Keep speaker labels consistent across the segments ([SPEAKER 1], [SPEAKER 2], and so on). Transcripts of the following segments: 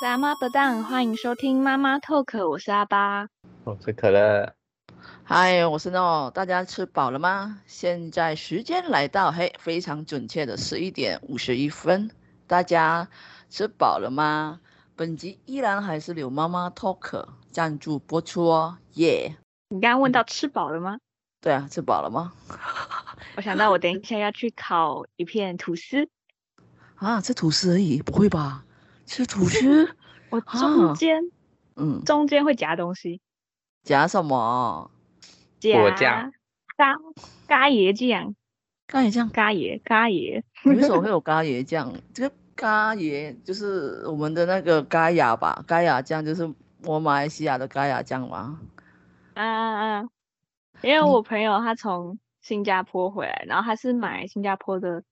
[SPEAKER 1] 阿妈不当，欢迎收听妈妈 talk，我是阿巴。
[SPEAKER 2] 我是可乐，
[SPEAKER 3] 嗨，我是诺，大家吃饱了吗？现在时间来到，嘿，非常准确的十一点五十一分，大家吃饱了吗？本集依然还是柳妈妈 Talk 赞助播出哦，耶、
[SPEAKER 1] 你刚刚问到吃饱了吗？
[SPEAKER 3] 对啊，吃饱了吗？
[SPEAKER 1] 我想到我等一下要去烤一片吐司，
[SPEAKER 3] 啊，吃吐司而已，不会吧？吃吐司？
[SPEAKER 1] 我中
[SPEAKER 3] 啊
[SPEAKER 1] 间、
[SPEAKER 3] 嗯，
[SPEAKER 1] 中间会夹东西，
[SPEAKER 3] 夹什么？
[SPEAKER 2] 果
[SPEAKER 1] 夹
[SPEAKER 2] 酱
[SPEAKER 1] 咖咖椰酱，
[SPEAKER 3] 咖椰酱？
[SPEAKER 1] 咖椰咖椰，
[SPEAKER 3] 你为什么会有咖椰酱？这个咖椰就是我们的那个咖椰吧？咖椰酱就是我马来西亚的咖椰酱吗？
[SPEAKER 1] 啊啊啊！因为
[SPEAKER 2] 嗯
[SPEAKER 3] 你
[SPEAKER 1] 我朋友他从新加坡回来，然后他是买新加坡的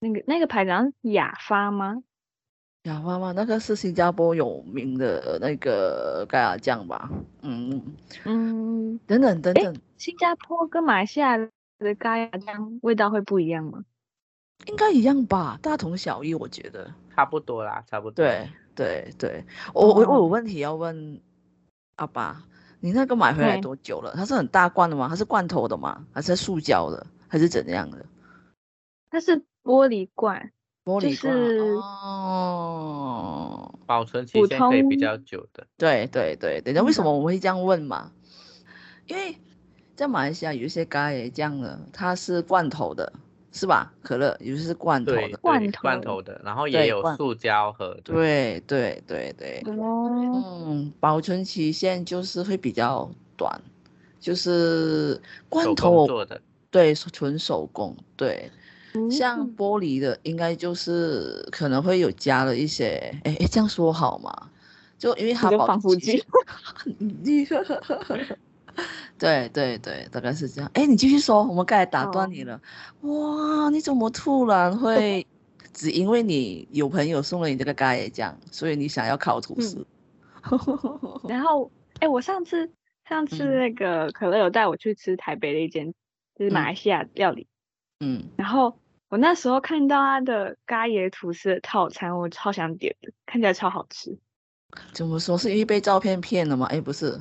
[SPEAKER 1] 那个那个牌子，好像是雅发吗？
[SPEAKER 3] 雅花吗？那个是新加坡有名的那个盖亚酱吧？嗯，
[SPEAKER 1] 嗯，
[SPEAKER 3] 等等等等，
[SPEAKER 1] 新加坡跟马来西亚的咖椰酱味道会不一样吗？
[SPEAKER 3] 应该一样吧，大同小异，我觉得。
[SPEAKER 2] 差不多啦，差不多。
[SPEAKER 3] 对，对对，我我
[SPEAKER 1] 哦
[SPEAKER 3] 我有问题要问阿爸，你那个买回来
[SPEAKER 1] 对
[SPEAKER 3] 多久了？它是很大罐的吗？它是罐头的吗？还是塑胶的？还是怎样的？
[SPEAKER 1] 它是玻璃罐，
[SPEAKER 3] 玻
[SPEAKER 1] 就
[SPEAKER 3] 璃罐啊？
[SPEAKER 1] 是
[SPEAKER 3] 哦，
[SPEAKER 2] 保存期
[SPEAKER 1] 普
[SPEAKER 2] 限可以比
[SPEAKER 1] 通
[SPEAKER 2] 较久的。
[SPEAKER 3] 对对对，等一下为什
[SPEAKER 1] 嗯
[SPEAKER 3] 么我会这样问嘛？因为在马来西亚有一些咖椰酱呢，它是罐头的，是吧？可乐有些是罐头
[SPEAKER 2] 对，
[SPEAKER 3] 的，
[SPEAKER 1] 罐
[SPEAKER 2] 对罐
[SPEAKER 1] 头
[SPEAKER 2] 头的，然后
[SPEAKER 3] 对
[SPEAKER 2] 也有
[SPEAKER 3] 罐
[SPEAKER 2] 塑胶盒的。
[SPEAKER 3] 对对对对，
[SPEAKER 1] 哦，
[SPEAKER 3] 嗯，保存期限就是会比较短，就是罐
[SPEAKER 2] 手
[SPEAKER 3] 头
[SPEAKER 2] 工做的，
[SPEAKER 3] 对纯手工对，像
[SPEAKER 1] 嗯
[SPEAKER 3] 玻璃的应该就是可能会有加了一些，哎哎，这样说好吗？就因为它
[SPEAKER 1] 就
[SPEAKER 3] 保
[SPEAKER 1] 防
[SPEAKER 3] 存
[SPEAKER 1] 腐
[SPEAKER 3] 期
[SPEAKER 1] 剂，
[SPEAKER 3] 你 对对对，大概是这样。哎，你继续说，我们刚才打断
[SPEAKER 1] 哦
[SPEAKER 3] 你了。哇，你怎么突然会只因为你有朋友送了你这个咖椰酱，所以你想要烤吐
[SPEAKER 1] 嗯
[SPEAKER 3] 司？
[SPEAKER 1] 然后，哎、我上次上次
[SPEAKER 3] 嗯
[SPEAKER 1] 那个可乐有带我去吃台北的一间，就是马
[SPEAKER 3] 嗯
[SPEAKER 1] 来西亚料理。
[SPEAKER 3] 嗯，
[SPEAKER 1] 然后我那时候看到他的咖椰吐司的套餐，我超想点的，看起来超好吃。
[SPEAKER 3] 怎么说？是因为被照片骗了吗？哎，不是，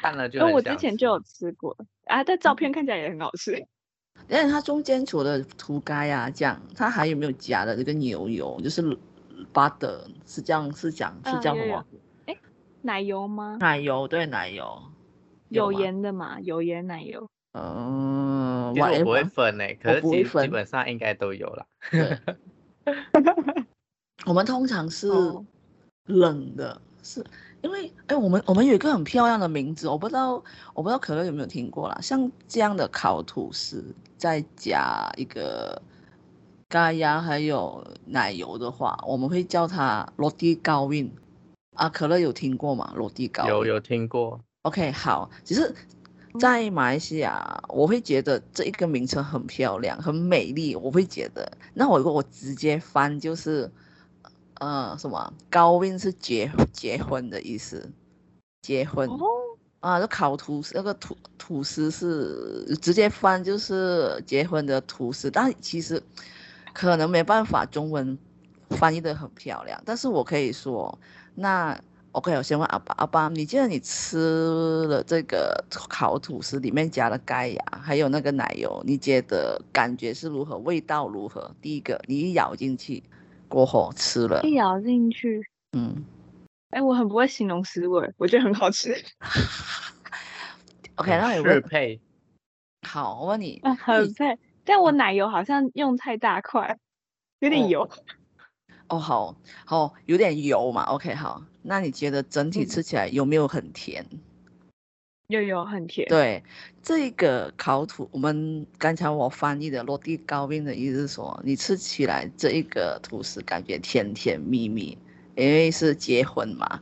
[SPEAKER 2] 看了就
[SPEAKER 3] 哎
[SPEAKER 1] 因为
[SPEAKER 2] 很
[SPEAKER 1] 哦我之
[SPEAKER 2] 想
[SPEAKER 1] 前
[SPEAKER 2] 吃
[SPEAKER 1] 就有吃过啊，但照片看起来也很好
[SPEAKER 3] 嗯
[SPEAKER 1] 吃。
[SPEAKER 3] 因为它中间除了涂咖椰酱，它还有没有加的这个牛油？就是 butter 是这样是讲是
[SPEAKER 1] 嗯
[SPEAKER 3] 叫
[SPEAKER 1] 有
[SPEAKER 3] 什
[SPEAKER 1] 有
[SPEAKER 3] 么？
[SPEAKER 1] 奶油吗？
[SPEAKER 3] 奶油对奶油，
[SPEAKER 1] 有
[SPEAKER 3] 吗。
[SPEAKER 1] 盐的嘛，有盐奶油。
[SPEAKER 3] 嗯，
[SPEAKER 2] 其实我不会
[SPEAKER 3] whatever
[SPEAKER 2] 分诶、
[SPEAKER 3] 我
[SPEAKER 2] 可是
[SPEAKER 3] 不
[SPEAKER 2] 其
[SPEAKER 3] 会
[SPEAKER 2] 实基
[SPEAKER 3] 分
[SPEAKER 2] 本上应该都有啦。
[SPEAKER 3] 我们通常是
[SPEAKER 1] 哦
[SPEAKER 3] 冷的，是因为哎，我们我们有一个很漂亮的名字，我不知道我不知道可乐有没有听过啦。像这样的烤吐司，再加一个咖椰还有奶油的话，我们会叫它罗蒂高韵啊。可乐有听过吗？罗蒂高
[SPEAKER 2] 有
[SPEAKER 3] 韵
[SPEAKER 2] 有听过，
[SPEAKER 3] OK，好，只是在马来西亚，我会觉得这一个名称很漂亮、很美丽，我会觉得。那我如果我直接翻就是，呃，什么啊高温是结结婚的意思，结婚
[SPEAKER 1] 哦，
[SPEAKER 3] 啊，就烤吐司那个吐吐司是直接翻就是结婚的吐司，但其实可能没办法中文翻译的很漂亮，但是我可以说，那 OK，我先问阿爸，阿爸，你记得你吃了这个烤吐司里面加了盖亚，还有那个奶油，你觉得感觉是如何？味道如何？第一个，你一咬进去过后吃了，
[SPEAKER 1] 一咬进去，
[SPEAKER 3] 嗯
[SPEAKER 1] 哎、我很不会形容食味，我觉得很好 吃，
[SPEAKER 3] ，OK，
[SPEAKER 2] 很
[SPEAKER 3] 那你
[SPEAKER 2] 适
[SPEAKER 3] 问，
[SPEAKER 2] 配
[SPEAKER 3] 好，我问你，
[SPEAKER 1] 啊很配。但我奶油好像用太大块，有点
[SPEAKER 3] 哦
[SPEAKER 1] 油。
[SPEAKER 3] 哦，好好，有点油嘛。OK，好，那你觉得整体
[SPEAKER 1] 嗯
[SPEAKER 3] 吃起来有没有很甜？
[SPEAKER 1] 又有很甜，
[SPEAKER 3] 对，这个烤吐，我们刚才我翻译的落地高冰的意思是说，你吃起来这一个吐司感觉甜甜蜜蜜，因为是结婚嘛，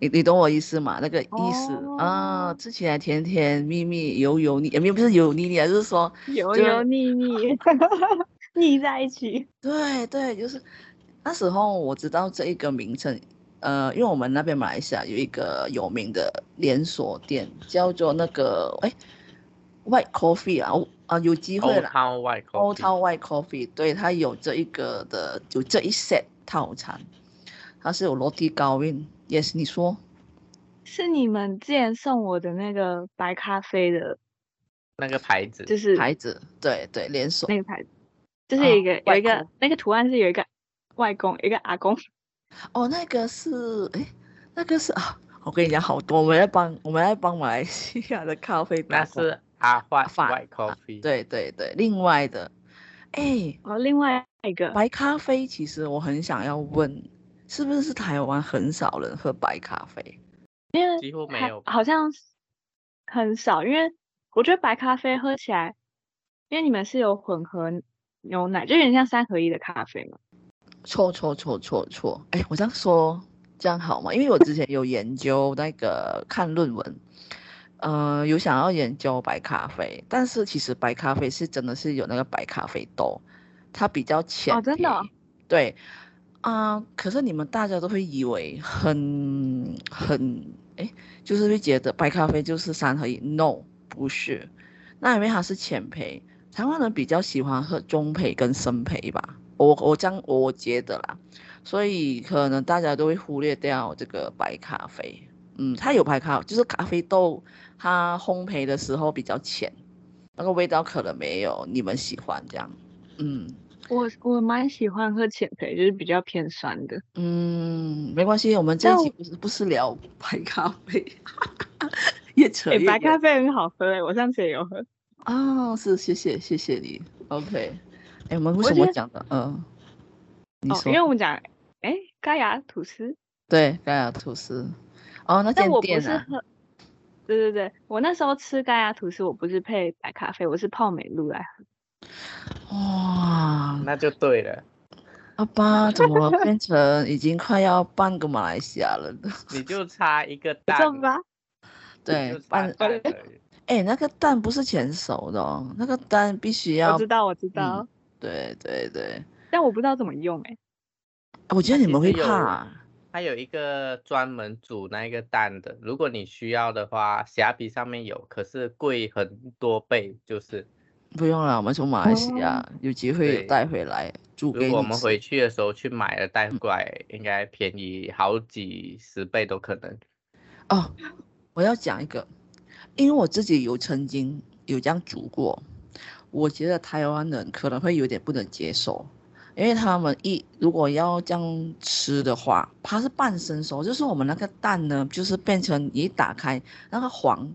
[SPEAKER 3] 你你懂我意思吗？那个意思啊，
[SPEAKER 1] 哦
[SPEAKER 3] 吃起来甜甜蜜蜜、油油腻，也没有不是油腻腻啊，就是说
[SPEAKER 1] 油
[SPEAKER 3] 就
[SPEAKER 1] 油腻 腻，腻在一起。
[SPEAKER 3] 对对，就是那时候我知道这一个名称，呃，因为我们那边马来西亚有一个有名的连锁店，叫做那个哎，White Coffee 啊，我啊有机会
[SPEAKER 2] ，Old
[SPEAKER 3] 啦
[SPEAKER 2] Town White
[SPEAKER 3] ，Old
[SPEAKER 2] Coffee
[SPEAKER 3] Town White Coffee，对，它有这一个的，有这一 set 套餐，它是有落地高韵。Yes，你说
[SPEAKER 1] 是你们之前送我的那个白咖啡的，
[SPEAKER 2] 那个牌子，
[SPEAKER 1] 就是
[SPEAKER 3] 牌子，对对，连锁
[SPEAKER 1] 那个牌子，就是
[SPEAKER 3] 啊
[SPEAKER 1] 有一个、有
[SPEAKER 3] 外
[SPEAKER 1] 一个
[SPEAKER 3] 公
[SPEAKER 1] 那个图案是有一个外公，一个阿公，
[SPEAKER 3] 哦，那个是哎，那个是啊，我跟你讲好多，我们在帮我们在帮马来西亚的咖啡打
[SPEAKER 2] 那
[SPEAKER 3] 工，
[SPEAKER 2] 是阿华
[SPEAKER 3] 法
[SPEAKER 2] White Coffee，，
[SPEAKER 3] 对对对，另外的，哎，
[SPEAKER 1] 然后另外一个
[SPEAKER 3] 白咖啡其实我很想要问，是不是台湾很少人喝白咖啡？
[SPEAKER 1] 因为
[SPEAKER 2] 几乎没
[SPEAKER 1] 它
[SPEAKER 2] 有吧
[SPEAKER 1] 好像是很少，因为我觉得白咖啡喝起来，因为你们是有混合牛奶，就有点像三合一的咖啡嘛。
[SPEAKER 3] 错错错错错，哎，我这样说这样好吗？因为我之前有研究那个看论文，呃，有想要研究白咖啡，但是其实白咖啡是真的是有那个白咖啡豆，它比较浅
[SPEAKER 1] 真的哦
[SPEAKER 3] 焙对，啊、可是你们大家都会以为很很哎，就是会觉得白咖啡就是三合一，no，不是，那因为它是浅焙，台湾人比较喜欢喝中焙跟深焙吧，我我这样我觉得啦，所以可能大家都会忽略掉这个白咖啡。嗯，它有白咖，就是咖啡豆，它烘焙的时候比较浅，那个味道可能没有你们喜欢这样。嗯
[SPEAKER 1] 我我蛮喜欢喝浅焙，就是比较偏酸的。
[SPEAKER 3] 嗯，没关系，我们这一
[SPEAKER 1] 但
[SPEAKER 3] 集不是不是聊白咖啡， 越扯
[SPEAKER 1] 哎、
[SPEAKER 3] 越
[SPEAKER 1] 白
[SPEAKER 3] 远
[SPEAKER 1] 咖啡很好喝哎、我上次也有喝。
[SPEAKER 3] 哦，是谢谢谢谢你，OK。哎，我们为
[SPEAKER 1] 我
[SPEAKER 3] 什
[SPEAKER 1] 觉
[SPEAKER 3] 么
[SPEAKER 1] 得
[SPEAKER 3] 讲的？嗯，你
[SPEAKER 1] 哦，
[SPEAKER 3] 说、
[SPEAKER 1] 因为我们讲，哎、咖雅吐司，
[SPEAKER 3] 对，盖亚吐司。哦，那
[SPEAKER 1] 但
[SPEAKER 3] 间
[SPEAKER 1] 我不
[SPEAKER 3] 店
[SPEAKER 1] 是
[SPEAKER 3] 啊，
[SPEAKER 1] 喝。对对对，我那时候吃咖雅吐司，我不是配白咖啡，我是泡美露啊来喝。
[SPEAKER 3] 哇，
[SPEAKER 2] 那就对了。
[SPEAKER 3] 阿爸怎么变成已经快要半个马来西亚人 了？
[SPEAKER 2] 你就差一个蛋
[SPEAKER 1] 不错
[SPEAKER 2] 了，
[SPEAKER 1] 吧？
[SPEAKER 2] 你
[SPEAKER 3] 啊对
[SPEAKER 2] 就，啊差
[SPEAKER 3] 半
[SPEAKER 2] 蛋而已。
[SPEAKER 3] 哎，那个蛋不是全熟的哦，那个蛋必须
[SPEAKER 1] 我
[SPEAKER 2] 哦
[SPEAKER 3] 要
[SPEAKER 1] 知道，我知道，
[SPEAKER 3] 对对对，
[SPEAKER 1] 但我不知道怎么用哎、
[SPEAKER 3] 我觉得你
[SPEAKER 2] 其
[SPEAKER 3] 们会
[SPEAKER 2] 实有
[SPEAKER 3] 怕，啊
[SPEAKER 2] 它有一个专门煮那个蛋的，如果你需要的话，虾皮上面有，可是贵很多倍。就是
[SPEAKER 3] 不用了，我们从马来西
[SPEAKER 1] 哦
[SPEAKER 3] 亚有机会
[SPEAKER 2] 对
[SPEAKER 3] 带回来煮
[SPEAKER 2] 如
[SPEAKER 3] 给
[SPEAKER 2] 果我
[SPEAKER 3] 你
[SPEAKER 2] 们
[SPEAKER 3] 吃
[SPEAKER 2] 回去的时候去买了带过来，应该便宜好几十倍都可能。
[SPEAKER 3] 哦，我要讲一个，因为我自己有曾经有这样煮过，我觉得台湾人可能会有点不能接受，因为他们一如果要这样吃的话，它是半生熟，就是我们那个蛋呢，就是变成你一打开那个黄，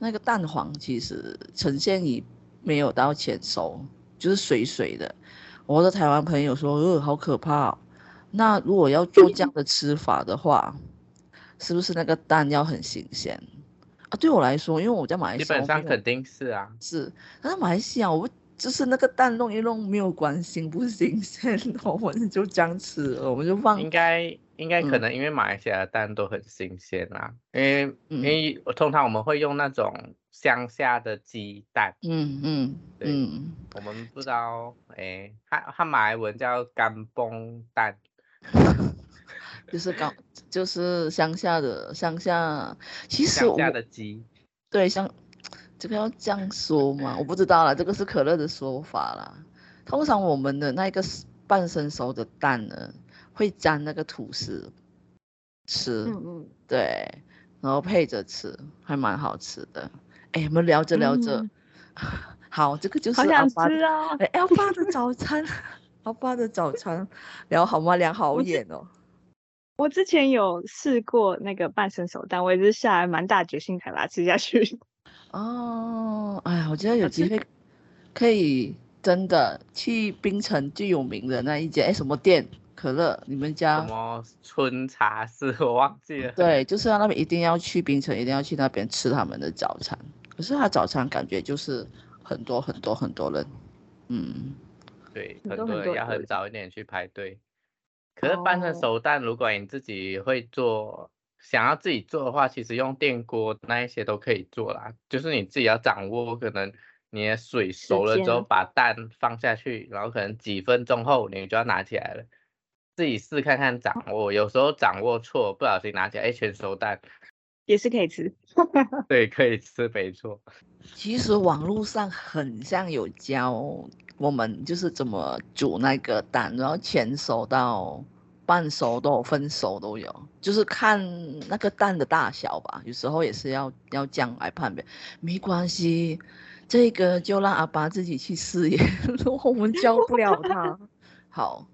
[SPEAKER 3] 那个蛋黄其实呈现你没有到浅熟，就是水水的。我的台湾朋友说，呃，好可怕哦、那如果要做这样的吃法的话，是不是那个蛋要很新鲜啊？对我来说，因为我在马来
[SPEAKER 2] 基
[SPEAKER 3] 西亚，
[SPEAKER 2] 本
[SPEAKER 3] 我
[SPEAKER 2] 上
[SPEAKER 3] 没有
[SPEAKER 2] 肯定是啊，
[SPEAKER 3] 是，但是马来西亚我不就是那个蛋弄一弄没有关系，不新鲜，我们就这样吃，我们就放
[SPEAKER 2] 应该应该可
[SPEAKER 3] 嗯
[SPEAKER 2] 能因为马来西亚的蛋都很新鲜啦，因为因
[SPEAKER 3] 嗯
[SPEAKER 2] 为通常我们会用那种乡下的鸡蛋，
[SPEAKER 3] 嗯嗯
[SPEAKER 2] 对
[SPEAKER 3] 嗯，
[SPEAKER 2] 我们不知道，哎，它它马来文叫干崩蛋，
[SPEAKER 3] 就是搞就是乡下的乡下，其实
[SPEAKER 2] 乡
[SPEAKER 3] 我
[SPEAKER 2] 下的鸡。
[SPEAKER 3] 对乡这个要这样说吗？我不知道啦，这个是可乐的说法啦。通常我们的那个 s- 半生熟的蛋呢，会沾那个吐司吃。
[SPEAKER 1] 嗯嗯，
[SPEAKER 3] 对，然后配着吃，还蛮好吃的。哎，我们聊着聊着，
[SPEAKER 1] 嗯
[SPEAKER 3] 好，这个嗯就是
[SPEAKER 1] 好
[SPEAKER 3] 阿
[SPEAKER 1] 想
[SPEAKER 3] 爸
[SPEAKER 1] 吃
[SPEAKER 3] 的，
[SPEAKER 1] 啊！
[SPEAKER 3] 哎，阿爸的早餐， 阿爸的早餐，聊好吗？聊好
[SPEAKER 1] 我是
[SPEAKER 3] 远哦。
[SPEAKER 1] 我之前有试过那个半生熟蛋，我也是下来蛮大决心才把它吃下去。
[SPEAKER 3] 哦，哎，我觉得有
[SPEAKER 1] 好
[SPEAKER 3] 机
[SPEAKER 1] 吃
[SPEAKER 3] 会可以真的去槟城最有名的那一间，哎，什么店？可乐，你们
[SPEAKER 2] 什
[SPEAKER 3] 家？
[SPEAKER 2] 么春茶室，我忘记了。
[SPEAKER 3] 对，就是要那边一定要去槟城，一定要去那边吃他们的早餐。可是他早餐感觉就是很多很多很多人，嗯。
[SPEAKER 2] 对，
[SPEAKER 1] 很
[SPEAKER 2] 很
[SPEAKER 1] 多
[SPEAKER 2] 多
[SPEAKER 1] 很
[SPEAKER 2] 人
[SPEAKER 1] 多
[SPEAKER 2] 要
[SPEAKER 1] 人
[SPEAKER 2] 很早一点去排队。可是半成
[SPEAKER 3] 哦
[SPEAKER 2] 熟蛋，如果你自己会做，想要自己做的话，其实用电锅那一些都可以做啦。就是你自己要掌握，可能你的水熟了之后，
[SPEAKER 1] 间
[SPEAKER 2] 把蛋放下去，然后可能几分钟后你就要拿起来了，自己试看看掌握。有时候掌握错，不小心拿起来，哎，全熟蛋，
[SPEAKER 1] 也是可以吃，
[SPEAKER 2] 对，可以吃，没错。
[SPEAKER 3] 其实网络上很像有教我们就是怎么煮那个蛋，然后全熟到半熟都有，分熟都有，就是看那个蛋的大小吧。有时候也是要要这样来判别，没关系，这个就让阿爸自己去试验，我们教不了他。好，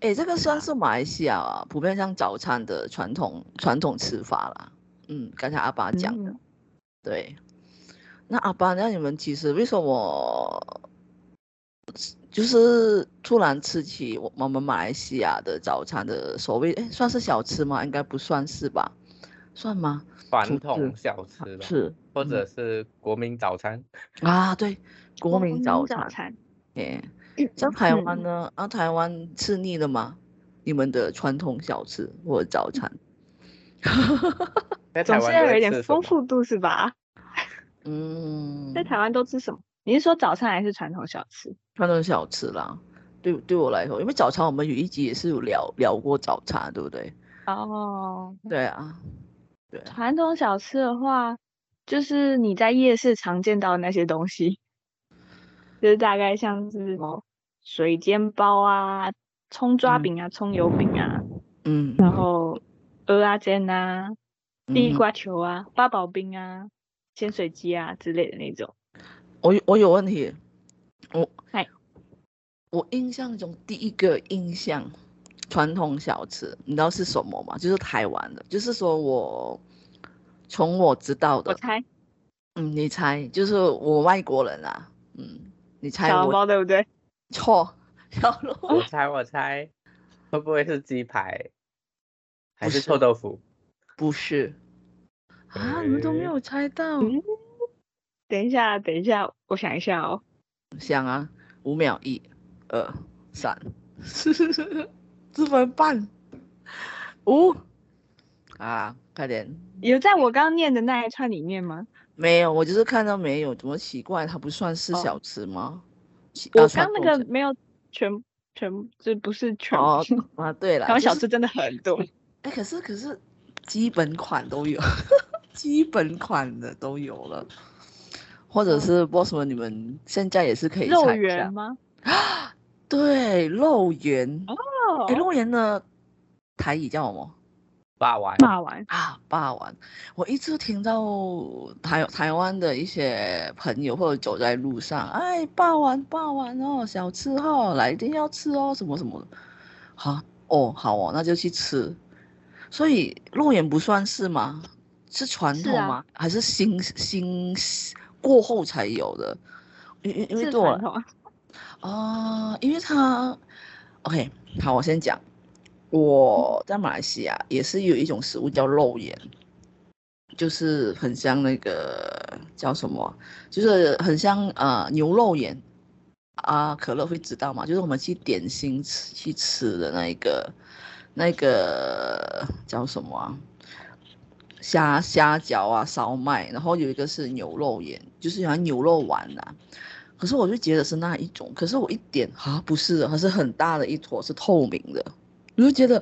[SPEAKER 3] 哎，这个算是马来西亚、啊、普遍像早餐的传统传统吃法啦。嗯，刚才阿爸讲的，
[SPEAKER 1] 嗯
[SPEAKER 3] 对。那阿爸，那你们其实为什么就是突然吃起我我们马来西亚的早餐的所谓，哎，算是小吃吗？应该不算是吧？算吗？
[SPEAKER 2] 传
[SPEAKER 3] 统
[SPEAKER 2] 统小吃吧，
[SPEAKER 3] 是
[SPEAKER 2] 或者是国民早餐。
[SPEAKER 3] 啊，对，国民早
[SPEAKER 1] 早
[SPEAKER 3] 餐。
[SPEAKER 1] 餐，
[SPEAKER 3] 哎，像台
[SPEAKER 1] 嗯
[SPEAKER 3] 湾呢？啊，台湾吃腻了吗？你们的传统小吃或者早餐？
[SPEAKER 2] 在
[SPEAKER 1] 总
[SPEAKER 2] 台湾
[SPEAKER 1] 是
[SPEAKER 2] 都
[SPEAKER 1] 要有
[SPEAKER 2] 会
[SPEAKER 1] 一点
[SPEAKER 2] 吃什
[SPEAKER 1] 丰
[SPEAKER 2] 么
[SPEAKER 1] 富度是吧？
[SPEAKER 3] 嗯，
[SPEAKER 1] 在台湾都吃什么？你是说早餐还是传统小吃？
[SPEAKER 3] 传统小吃啦，对对我来说，因为早餐我们有一集也是有聊聊过早餐，对不对？
[SPEAKER 1] 哦，
[SPEAKER 3] 对啊，对啊，
[SPEAKER 1] 传统小吃的话，就是你在夜市常见到的那些东西，就是大概像是什么水煎包啊、葱抓
[SPEAKER 3] 哦嗯
[SPEAKER 1] 饼啊、葱油饼啊，
[SPEAKER 3] 嗯，
[SPEAKER 1] 然后鹅啊煎啊、地
[SPEAKER 3] 嗯
[SPEAKER 1] 瓜球啊、八宝冰啊、鲜水鸡啊之类的那种。
[SPEAKER 3] 我有我有问题，我
[SPEAKER 1] 嗨
[SPEAKER 3] 我印象中第一个印象传统小吃，你知道是什么吗？就是台湾的，就是说我从我知道
[SPEAKER 1] 我
[SPEAKER 3] 的，
[SPEAKER 1] 猜
[SPEAKER 3] 嗯，你猜，就是我外国人啊，嗯，你猜
[SPEAKER 1] 小笼
[SPEAKER 3] 我
[SPEAKER 1] 包对不对？
[SPEAKER 3] 错，小笼包
[SPEAKER 2] 我猜，我猜，会不会是鸡排，还
[SPEAKER 3] 不
[SPEAKER 2] 是
[SPEAKER 3] 是
[SPEAKER 2] 臭豆腐？
[SPEAKER 3] 不是啊，你们都没
[SPEAKER 2] 诶
[SPEAKER 3] 有猜到，
[SPEAKER 1] 嗯等一下，等一下，我想一下哦。
[SPEAKER 3] 想啊，五秒，一、二、三，怎么办？五啊，快点！
[SPEAKER 1] 有在我刚念的那一串里面吗？
[SPEAKER 3] 没有，我就是看到没有，怎么奇怪？它不算是
[SPEAKER 1] 哦
[SPEAKER 3] 小吃吗？其
[SPEAKER 1] 我刚
[SPEAKER 3] 啊传
[SPEAKER 1] 那
[SPEAKER 3] 统
[SPEAKER 1] 个
[SPEAKER 3] 小
[SPEAKER 1] 没有全全，这不是全部。
[SPEAKER 3] 哦啊，对了，
[SPEAKER 1] 台湾
[SPEAKER 3] 就
[SPEAKER 1] 小
[SPEAKER 3] 是
[SPEAKER 1] 吃真的很多。
[SPEAKER 3] 哎，可是可是基本款都有， 基本款的都有了，或者
[SPEAKER 1] 嗯
[SPEAKER 3] 是 boss 们，你们现在也是可以
[SPEAKER 1] 肉
[SPEAKER 3] 猜一
[SPEAKER 1] 圆
[SPEAKER 3] 下
[SPEAKER 1] 吗？
[SPEAKER 3] 对，肉圆，
[SPEAKER 1] 哦
[SPEAKER 3] 哎，肉圆呢，台语叫什么？
[SPEAKER 2] 霸王
[SPEAKER 1] 骂完
[SPEAKER 3] 啊，霸王！我一直听到台台湾的一些朋友或者走在路上，哎，霸王霸王哦，小吃哦，来一定要吃哦，什么什么的，好哦，好哦，那就去吃。所以肉圆不算是吗？是传
[SPEAKER 1] 是
[SPEAKER 3] 统
[SPEAKER 1] 啊
[SPEAKER 3] 吗？还是新新过后才有的？因因因为
[SPEAKER 1] 是
[SPEAKER 3] 对我来
[SPEAKER 1] 传统，
[SPEAKER 3] 啊、因为他，OK，好，我先讲，我在马来西亚也是有一种食物叫肉圆，就是很像那个叫什么，啊就是很像呃牛肉圆啊，可乐会知道嘛，就是我们去点心吃去吃的那一个那个叫什么啊？虾虾饺啊，烧麦，然后有一个是牛肉圆，就是好像牛肉丸呐、可是我就觉得是那一种，可是我一点啊不是的，它是很大的一坨，是透明的，我就觉得，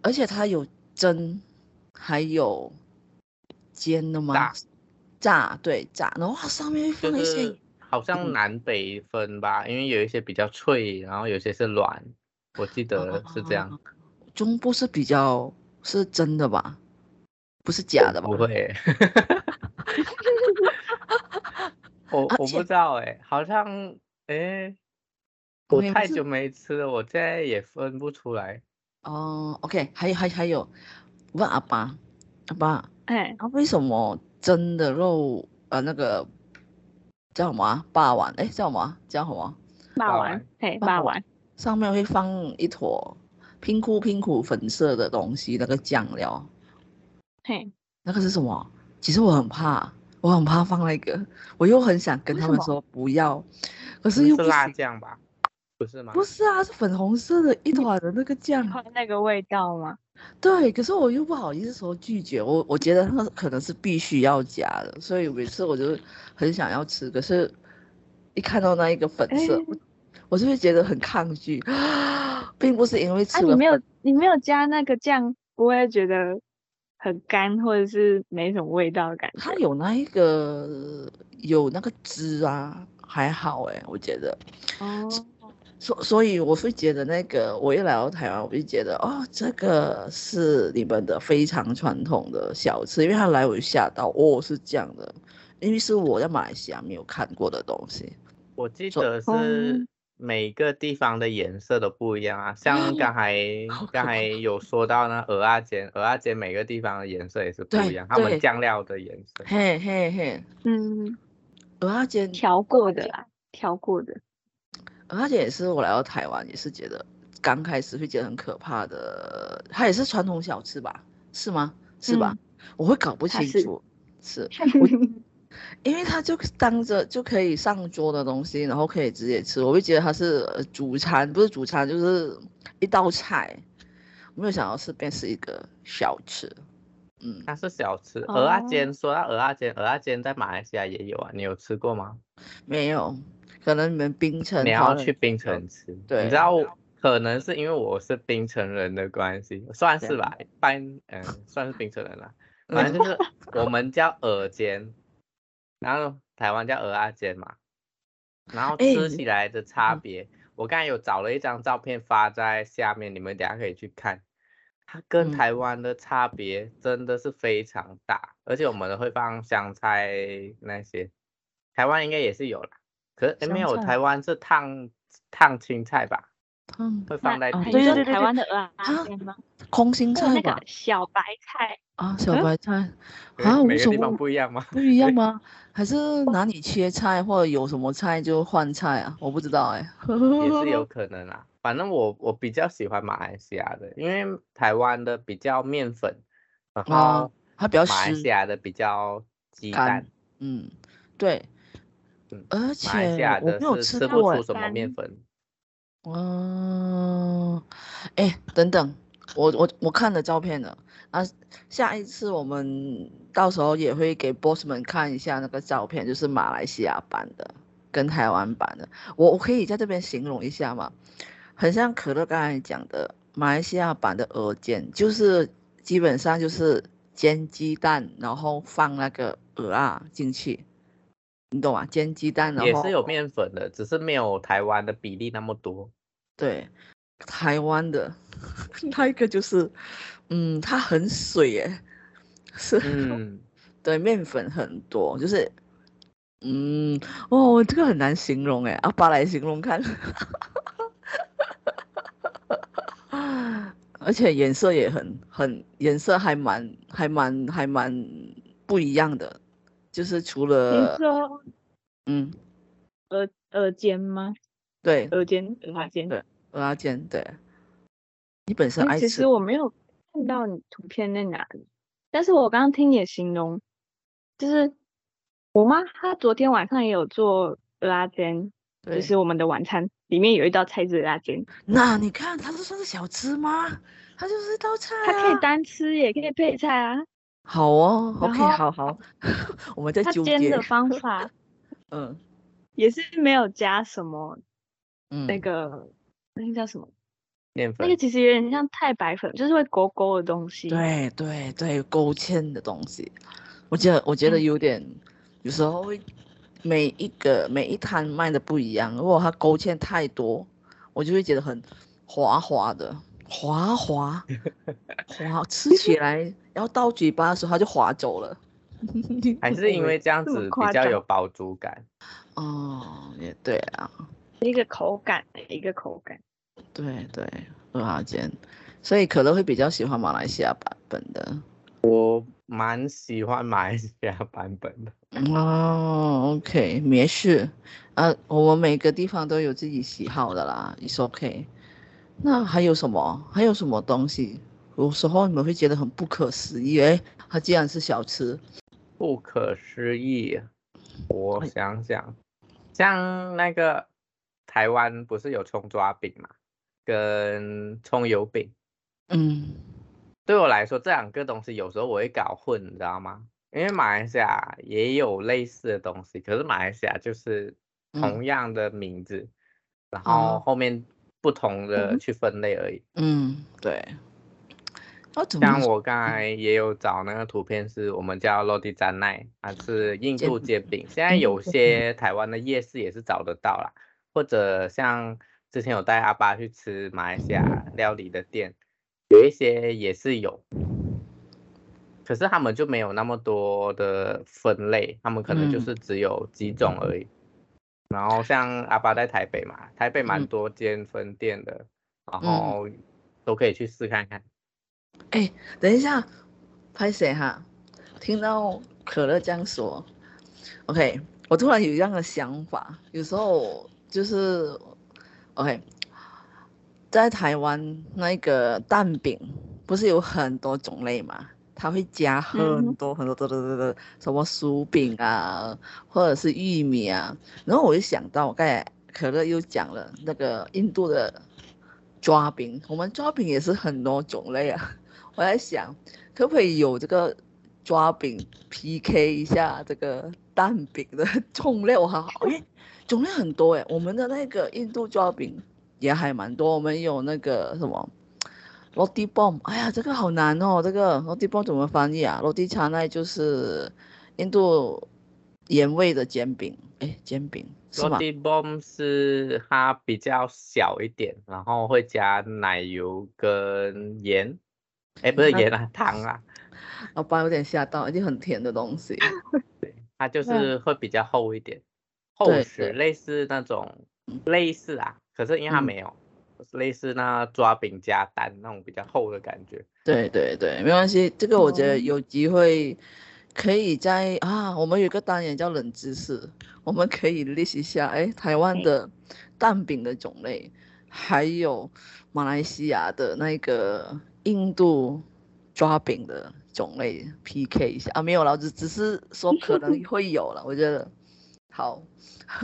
[SPEAKER 3] 而且它有蒸，还有煎的吗？
[SPEAKER 2] 炸
[SPEAKER 3] 炸对炸，然后它上面会放
[SPEAKER 2] 就
[SPEAKER 3] 一些
[SPEAKER 2] 是好像
[SPEAKER 3] 嗯
[SPEAKER 2] 南北分吧，因为有一些比较脆，然后有些是软，我记
[SPEAKER 3] 哦嗯
[SPEAKER 2] 得是这样。
[SPEAKER 3] 中部是比较是真的吧，不是假的吧
[SPEAKER 2] 不？会，我
[SPEAKER 3] 而
[SPEAKER 2] 我
[SPEAKER 3] 且
[SPEAKER 2] 不知道哎，好像哎，我
[SPEAKER 3] 没有
[SPEAKER 2] 太
[SPEAKER 3] 是
[SPEAKER 2] 久没吃了，我现在也分不出来。
[SPEAKER 3] 哦、o k 还有还有还有，问阿爸，阿爸，
[SPEAKER 2] 嗯
[SPEAKER 1] 哎，
[SPEAKER 3] 啊，为什么真的肉呃那个叫什么啊霸王？哎，叫什么啊？叫什么啊？
[SPEAKER 1] 骂
[SPEAKER 2] 霸
[SPEAKER 1] 完
[SPEAKER 2] 王，
[SPEAKER 1] 哎，
[SPEAKER 3] 霸
[SPEAKER 1] 骂
[SPEAKER 3] 王
[SPEAKER 1] 完，
[SPEAKER 3] 上面会放一坨拼苦拼苦粉色的东西，那个酱料，
[SPEAKER 1] 嘿，
[SPEAKER 3] 那个是什么？其实我很怕，我很怕放那个，我又很想跟
[SPEAKER 1] 为
[SPEAKER 3] 他
[SPEAKER 1] 什
[SPEAKER 3] 们
[SPEAKER 1] 么
[SPEAKER 3] 说不要，可
[SPEAKER 2] 那
[SPEAKER 3] 是又
[SPEAKER 2] 是
[SPEAKER 3] 不
[SPEAKER 2] 辣
[SPEAKER 3] 行
[SPEAKER 2] 酱吧？不是吗？
[SPEAKER 3] 不是啊，是粉红色的一团的那个酱
[SPEAKER 1] 喜。欢那个味道吗？
[SPEAKER 3] 对，可是我又不好意思说拒绝，我我觉得它可能是必须要加的，所以每次我就很想要吃，可是一看到那一个粉色，
[SPEAKER 1] 哎
[SPEAKER 3] 我我就会觉得很抗拒， 并不是因为
[SPEAKER 1] 啊，
[SPEAKER 3] 吃
[SPEAKER 1] 你
[SPEAKER 3] 了
[SPEAKER 1] 没有
[SPEAKER 3] 粉，
[SPEAKER 1] 你没有加那个酱，不会觉得很干或者是没什么味道的感觉
[SPEAKER 3] 它？有那一欸个有那个汁啊，还好哎，我觉得，
[SPEAKER 1] 哦，
[SPEAKER 3] 所所以我会觉得那个，我一来到台湾，我就觉得哦，这个是你们的非常传统的小吃，因为他来我就吓到，哦，是这样的，因为是我在马来西亚没有看过的东西。
[SPEAKER 2] 我记
[SPEAKER 3] 说嗯
[SPEAKER 2] 得
[SPEAKER 1] 哦
[SPEAKER 2] 是每个地方的颜色都不一样啊，像刚才
[SPEAKER 3] 嗯 好可
[SPEAKER 2] 刚
[SPEAKER 3] 怕
[SPEAKER 2] 才有说到那鹅阿煎，鹅阿煎每个地方的颜色也是不
[SPEAKER 3] 对
[SPEAKER 2] 一样，他们
[SPEAKER 3] 对
[SPEAKER 2] 酱料的颜色。
[SPEAKER 3] 嘿嘿嘿，
[SPEAKER 1] 嗯，
[SPEAKER 3] 鹅阿煎，
[SPEAKER 1] 调过的啦，调过 的。
[SPEAKER 3] 鹅阿煎也是我来到台湾也是觉得刚开始会觉得很可怕的，它也是传统小吃吧？是吗？是吧？我会搞不
[SPEAKER 1] 它
[SPEAKER 3] 清
[SPEAKER 1] 是
[SPEAKER 3] 楚，嗯是因为它就当着就可以上桌的东西，然后可以直接吃，我会觉得它是呃主餐，不是主餐就是一道菜。我没有想到是变是一个小吃，嗯，
[SPEAKER 2] 它是小吃，鹅阿
[SPEAKER 1] 哦
[SPEAKER 2] 煎。说到鹅阿煎，鹅阿煎在马来西亚也有啊，你有吃过吗？
[SPEAKER 3] 没有，可能你们冰城
[SPEAKER 2] 你
[SPEAKER 3] 华
[SPEAKER 2] 要
[SPEAKER 3] 人
[SPEAKER 2] 去槟城吃，
[SPEAKER 3] 对
[SPEAKER 2] 你知道我，可能是因为我是槟城人的关系，算是
[SPEAKER 3] 对
[SPEAKER 2] 吧，半嗯算是槟城人 啦，
[SPEAKER 3] 嗯
[SPEAKER 2] 反正就是我们叫鹅煎，然后台湾叫鹅阿煎嘛，然后
[SPEAKER 3] 哎
[SPEAKER 2] 吃
[SPEAKER 3] 你
[SPEAKER 2] 起来的差
[SPEAKER 3] 嗯
[SPEAKER 2] 别，我刚才有找了一张照片发在下面，你们等下可以去看。它跟
[SPEAKER 3] 嗯
[SPEAKER 2] 台湾的差别真的是非常大，而且我们会放香菜那些，台湾应该也是有啦，可是诶没
[SPEAKER 3] 香
[SPEAKER 2] 有，
[SPEAKER 3] 菜啊
[SPEAKER 2] 台湾是烫烫青菜吧，
[SPEAKER 3] 嗯，
[SPEAKER 2] 会放在
[SPEAKER 1] 那
[SPEAKER 3] 哦
[SPEAKER 2] 底
[SPEAKER 1] 你
[SPEAKER 3] 对
[SPEAKER 1] 说
[SPEAKER 3] 对
[SPEAKER 1] 台湾的鹅
[SPEAKER 3] 啊
[SPEAKER 1] 啊煎吗？
[SPEAKER 3] 空心
[SPEAKER 1] 还有
[SPEAKER 3] 菜
[SPEAKER 1] 那
[SPEAKER 3] 吧
[SPEAKER 1] 个，嗯小白菜，
[SPEAKER 3] 啊，小
[SPEAKER 1] 嗯
[SPEAKER 3] 白菜
[SPEAKER 2] 对
[SPEAKER 3] 啊，无
[SPEAKER 2] 每个
[SPEAKER 3] 所
[SPEAKER 2] 地方
[SPEAKER 3] 谓，
[SPEAKER 2] 不一样吗？
[SPEAKER 3] 不一样吗？还是哪里切菜或者有什么菜就换菜啊？我不知道哎、
[SPEAKER 2] 也是有可能啦。反正我我比较喜欢马来西亚的，因为台湾的比较面粉，然
[SPEAKER 3] 啊
[SPEAKER 2] 后
[SPEAKER 3] 它比较
[SPEAKER 2] 马来
[SPEAKER 3] 湿
[SPEAKER 2] 西亚的比较鸡
[SPEAKER 3] 干
[SPEAKER 2] 蛋，
[SPEAKER 3] 嗯，对
[SPEAKER 2] 嗯，
[SPEAKER 3] 而
[SPEAKER 2] 马来西
[SPEAKER 3] 且
[SPEAKER 2] 亚
[SPEAKER 3] 我没
[SPEAKER 2] 的
[SPEAKER 3] 有
[SPEAKER 2] 是吃
[SPEAKER 3] 过
[SPEAKER 2] 不
[SPEAKER 3] 哎
[SPEAKER 2] 出、什么面
[SPEAKER 1] 干
[SPEAKER 2] 粉。
[SPEAKER 3] 嗯，哎，等等，我我我看了照片了啊，下一次我们到时候也会给 boss 们看一下那个照片，就是马来西亚版的跟台湾版的。我我可以在这边形容一下吗？很像可乐刚才讲的马来西亚版的鹅煎，就是基本上就是煎鸡蛋，然后放那个鹅啊进去，你懂吗？煎鸡蛋，然
[SPEAKER 2] 也
[SPEAKER 3] 后
[SPEAKER 2] 是有面粉的，只是没有台湾的比例那么 多。
[SPEAKER 3] 对，台湾的 那一个就是，嗯，它很水耶，是，
[SPEAKER 2] 嗯，
[SPEAKER 3] 对，面粉很多，就是，嗯，哦，这个很难形容哎，阿爸来形容看， 而且颜色也很很颜色还蛮还蛮还蛮不一样的，就是除
[SPEAKER 1] 你
[SPEAKER 3] 了
[SPEAKER 1] 说
[SPEAKER 3] 嗯，
[SPEAKER 1] 鹅鹅煎吗？
[SPEAKER 3] 对，
[SPEAKER 1] 鹅煎鹅啊煎。
[SPEAKER 3] 对鹅阿煎，对，你本身
[SPEAKER 1] 那
[SPEAKER 3] 爱
[SPEAKER 1] 其
[SPEAKER 3] 吃
[SPEAKER 1] 实我没有看
[SPEAKER 3] 嗯
[SPEAKER 1] 到你图片在哪里，但是我刚刚听你的形容，就是我妈她昨天晚上也有做鹅啊煎，就
[SPEAKER 3] 对
[SPEAKER 1] 是我们的晚餐里面有一道菜是鹅啊煎，
[SPEAKER 3] 那你看，它这算是小吃吗？它就是一道菜
[SPEAKER 1] 它可以
[SPEAKER 3] 啊
[SPEAKER 1] 单吃也可以配菜 啊。
[SPEAKER 3] 好哦
[SPEAKER 1] 然
[SPEAKER 3] ，OK，
[SPEAKER 1] 后
[SPEAKER 3] 好好，我们在
[SPEAKER 1] 它
[SPEAKER 3] 纠
[SPEAKER 1] 煎
[SPEAKER 3] 结
[SPEAKER 1] 的。方法
[SPEAKER 3] 嗯
[SPEAKER 1] 也是没有加什么
[SPEAKER 3] 嗯，
[SPEAKER 1] 那个那个叫什么，
[SPEAKER 2] 面
[SPEAKER 1] 那
[SPEAKER 2] 粉
[SPEAKER 1] 个其实有点像太白粉，就是会勾勾的东西。
[SPEAKER 3] 对对对，勾芡的东西，我觉得我觉得
[SPEAKER 1] 嗯
[SPEAKER 3] 有点，有时候会每一个每一摊卖的不一样，如果它勾芡太多，我就会觉得很滑滑的，滑滑 滑，吃起来，然后到嘴巴的时候它就滑走了。
[SPEAKER 2] 还是因为这样
[SPEAKER 1] 这么
[SPEAKER 2] 子比
[SPEAKER 1] 夸
[SPEAKER 2] 较
[SPEAKER 1] 张
[SPEAKER 2] 有饱足感。
[SPEAKER 3] 哦，也对啊。
[SPEAKER 1] 一个口感一个口感。
[SPEAKER 3] 对对，鹅阿煎，所以可乐会比较喜欢马来西亚版本的。
[SPEAKER 2] 蛮喜欢马来西亚版本的，
[SPEAKER 3] 嗯哦，OK，没事，啊，我们每个地方都有自己喜好的啦，It's OK。那还有什么？还有什么东西？有时候你们会觉得很不可思议，诶，它竟然是小吃。
[SPEAKER 2] 不可思议。我想想，像那个台湾不是有葱抓饼嘛，跟葱油饼，
[SPEAKER 3] 嗯，
[SPEAKER 2] 对我来说这两个东西有时候我会搞混，你知道吗？因为马来西亚也有类似的东西，可是马来西亚就是
[SPEAKER 3] 嗯
[SPEAKER 2] 同样的名字，然
[SPEAKER 3] 哦
[SPEAKER 2] 后后面不同的
[SPEAKER 1] 嗯
[SPEAKER 2] 去分类而已。
[SPEAKER 3] 嗯，对。要怎么嗯
[SPEAKER 2] 像？我刚才也有找那个图片，是我们叫 Lodi 展奈，它是印
[SPEAKER 3] 煎嗯
[SPEAKER 2] 度煎饼。现在
[SPEAKER 3] 印
[SPEAKER 2] 有
[SPEAKER 3] 度煎饼
[SPEAKER 2] 些台湾的夜市也是找得到啦，或者像之前有带阿巴去吃马来西亚料理的店，有一些也是有，可是他们就没有那么多的分类，他们可能就
[SPEAKER 3] 嗯
[SPEAKER 2] 是只有几种而已。然后像阿巴在台北嘛，台北蛮
[SPEAKER 3] 嗯
[SPEAKER 2] 多间分店的，然后都可以去试看看。
[SPEAKER 3] 等一下，拍谁哈？听到可乐这样说，OK，我突然有这样的想法，有时候就是，OK，在台湾那个蛋饼不是有很多种类嘛？它会加
[SPEAKER 1] 嗯
[SPEAKER 3] 很多很多的的的什么薯饼啊，或者是玉米啊。然后我就想到，刚才可乐又讲了那个印度的抓饼，我们抓饼也是很多种类啊。我在想，可不可以有这个抓饼 PK 一下这个蛋饼的 种类？我好好，因为种类很多哎、我们的那个印度抓饼也还蛮多，我们有那个什么。落地 bomb，哎呀，这个好难哦，这个落地 bomb 怎么翻译啊？落地茶奈就是印度盐味的煎饼，哎，煎饼是
[SPEAKER 2] 落
[SPEAKER 3] 吗？
[SPEAKER 2] 地 bomb 是它比较小一点，然后会加奶油跟盐，哎，不是
[SPEAKER 3] 嗯那
[SPEAKER 2] 盐啊，糖啊，
[SPEAKER 3] 老板有点吓到，一定很甜的东西。
[SPEAKER 2] 它就
[SPEAKER 1] 对
[SPEAKER 2] 是会比较厚一点，厚
[SPEAKER 3] 对
[SPEAKER 2] 实，
[SPEAKER 3] 对
[SPEAKER 2] 类似那种类似啊，可是因为它
[SPEAKER 3] 嗯
[SPEAKER 2] 没有，类似那抓饼加蛋那种比较厚的感觉。
[SPEAKER 3] 对对对，没关系，这个我觉
[SPEAKER 1] 哦
[SPEAKER 3] 得有机会可以在啊，我们有一个单元叫冷知识，我们可以 list 一下，哎，台湾
[SPEAKER 2] 嗯
[SPEAKER 1] 哎
[SPEAKER 3] 的蛋饼的种类，还有马来西亚的那个印度抓饼的种类 PK 一下啊，没有啦，只只是说可能会有了，我觉得好，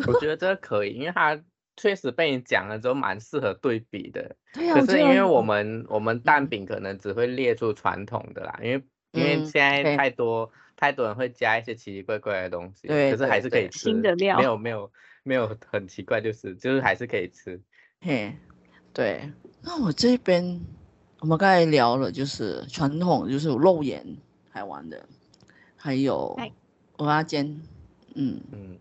[SPEAKER 2] 我觉得这个可以，因为它确实被你讲了之后蛮适合对比的。
[SPEAKER 3] 对啊呀、
[SPEAKER 2] 可
[SPEAKER 3] 我觉
[SPEAKER 2] 是因
[SPEAKER 3] 得嗯
[SPEAKER 2] 为
[SPEAKER 3] 很
[SPEAKER 2] 我
[SPEAKER 3] 好
[SPEAKER 2] 们我们蛋饼可能只会列出传统的啦，因为因为
[SPEAKER 3] 嗯
[SPEAKER 2] 现在
[SPEAKER 3] 对
[SPEAKER 2] 太多太多人会加一些奇奇怪怪的东西，
[SPEAKER 3] 对
[SPEAKER 2] 可是还是可以
[SPEAKER 3] 对对
[SPEAKER 2] 吃，
[SPEAKER 1] 新的料
[SPEAKER 2] 没有没有没有很奇怪，就是就是还是可以吃。
[SPEAKER 3] 嘿，对，那我这边我们刚才聊了，就是传统就是有肉圆，台湾的，还有
[SPEAKER 1] 哎
[SPEAKER 3] 蚵仔煎，嗯，
[SPEAKER 2] 嗯，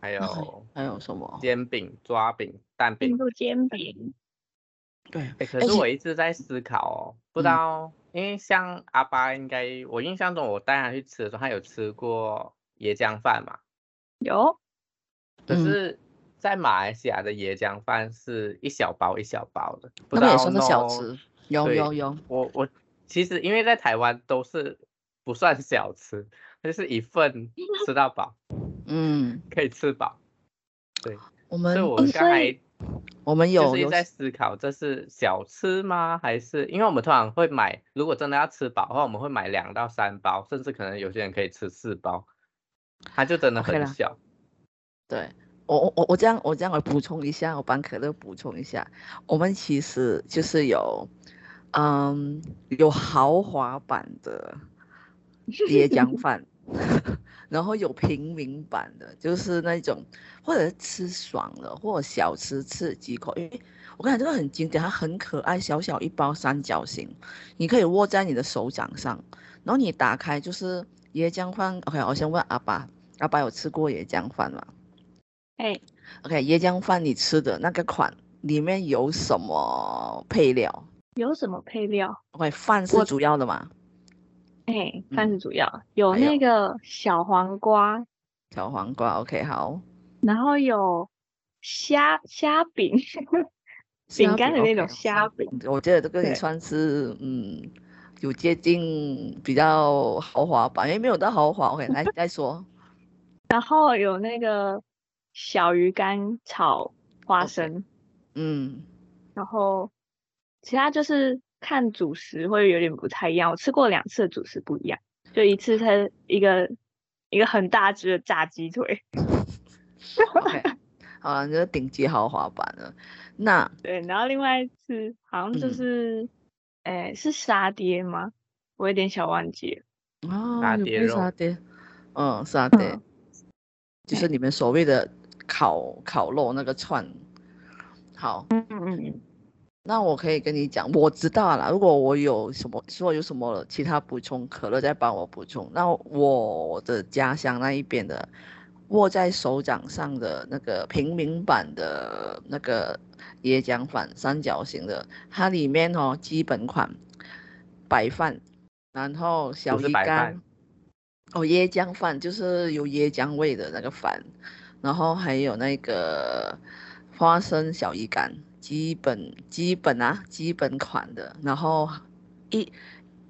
[SPEAKER 2] 还
[SPEAKER 3] 那
[SPEAKER 2] 有
[SPEAKER 3] 还有什么？
[SPEAKER 2] 煎饼、抓饼、蛋饼
[SPEAKER 1] 印，度煎饼，
[SPEAKER 3] 对，
[SPEAKER 2] 哎，可
[SPEAKER 3] 而
[SPEAKER 2] 是
[SPEAKER 3] 且
[SPEAKER 2] 我一直在思考哦，不知
[SPEAKER 3] 嗯
[SPEAKER 2] 道，因为像阿巴应该，我印象中我带他去吃的时候，他有吃过椰浆饭嘛，
[SPEAKER 1] 有
[SPEAKER 2] 可
[SPEAKER 3] 嗯
[SPEAKER 2] 是，在马来西亚的椰浆饭是一小包一小包的，不
[SPEAKER 3] 那
[SPEAKER 2] 知
[SPEAKER 3] 们
[SPEAKER 2] 道
[SPEAKER 3] 也算是小
[SPEAKER 2] no-
[SPEAKER 3] 吃，有
[SPEAKER 2] 对
[SPEAKER 3] 有有，
[SPEAKER 2] 我我其实因为在台湾都是不算小吃，就是一份吃到饱，
[SPEAKER 3] 嗯，
[SPEAKER 2] 可以吃饱。
[SPEAKER 3] 我
[SPEAKER 2] 所以
[SPEAKER 3] 们
[SPEAKER 2] 我
[SPEAKER 1] 哦
[SPEAKER 2] 刚
[SPEAKER 1] 所
[SPEAKER 2] 才
[SPEAKER 1] 以
[SPEAKER 3] 我们
[SPEAKER 2] 就
[SPEAKER 3] 有
[SPEAKER 2] 是一直
[SPEAKER 3] 有
[SPEAKER 2] 在思考，这是小吃吗？还是因为我们通常会买，如果真的要吃饱的话，我们会买两到三包，甚至可能有些人可以吃四包，它就真的
[SPEAKER 3] OK
[SPEAKER 2] 很
[SPEAKER 3] 啦
[SPEAKER 2] 小。
[SPEAKER 3] 对我我我我这样我这样我补充一下，我帮可乐补充一下，我们其实就是有，嗯，有豪华版的椰浆饭， 然后有平民版的，就是那种或者是吃爽了，或者小吃吃几口，因为我感觉这个很经典，它很可爱，小小一包三角形，你可以握在你的手掌上，然后你打开就是椰浆饭。OK，我先问阿爸，阿爸有吃过椰浆饭吗？
[SPEAKER 1] 哎、
[SPEAKER 3] OK，椰浆饭你吃的那个款里面有什么配料
[SPEAKER 1] 有什么配料？
[SPEAKER 3] ？OK，饭是
[SPEAKER 1] 我
[SPEAKER 3] 主要的嘛，
[SPEAKER 1] 哎、
[SPEAKER 3] 嗯
[SPEAKER 1] 饭是主要有
[SPEAKER 3] 还
[SPEAKER 1] 那
[SPEAKER 3] 有
[SPEAKER 1] 个小黄瓜，
[SPEAKER 3] 小黄瓜。OK，好，
[SPEAKER 1] 然后有虾虾饼， 饼干的那种虾饼。
[SPEAKER 3] OK，我觉得这个也
[SPEAKER 1] 对
[SPEAKER 3] 算是嗯，有接近比较豪华吧，因为没有到豪华。OK，来 再说。
[SPEAKER 1] 然后有那个小鱼干炒花
[SPEAKER 3] OK
[SPEAKER 1] 生
[SPEAKER 3] 嗯，
[SPEAKER 1] 然后其他就是看主食会有点不太一样。我吃过两次的主食不一样，就一次它一个一个很大只的炸鸡腿，
[SPEAKER 3] OK，好了，你这顶级豪华版了。那
[SPEAKER 1] 对，然后另外一次好像就
[SPEAKER 3] 嗯
[SPEAKER 1] 是，哎、是沙爹吗？我有点小忘记了。
[SPEAKER 3] 哦，
[SPEAKER 2] 沙
[SPEAKER 3] 有
[SPEAKER 2] 爹
[SPEAKER 3] 配
[SPEAKER 2] 肉
[SPEAKER 3] 沙爹，嗯，沙爹
[SPEAKER 1] 嗯，
[SPEAKER 3] 就是你们所谓的烤烤肉那个串。好，
[SPEAKER 1] 嗯嗯嗯，
[SPEAKER 3] 那我可以跟你讲，我知道了。如果我有什么，如果有什么其他补充，可乐再帮我补充。那我的家乡那一边的握在手掌上的那个平民版的那个椰浆饭，三角形的，它里面哦基本款白饭，然后小
[SPEAKER 2] 不是
[SPEAKER 3] 鱼
[SPEAKER 2] 白
[SPEAKER 3] 干
[SPEAKER 2] 饭，
[SPEAKER 3] 哦椰浆饭就是有椰浆味的那个饭，然后还有那个花生小鱼干，基本基本啊基本款的，然后一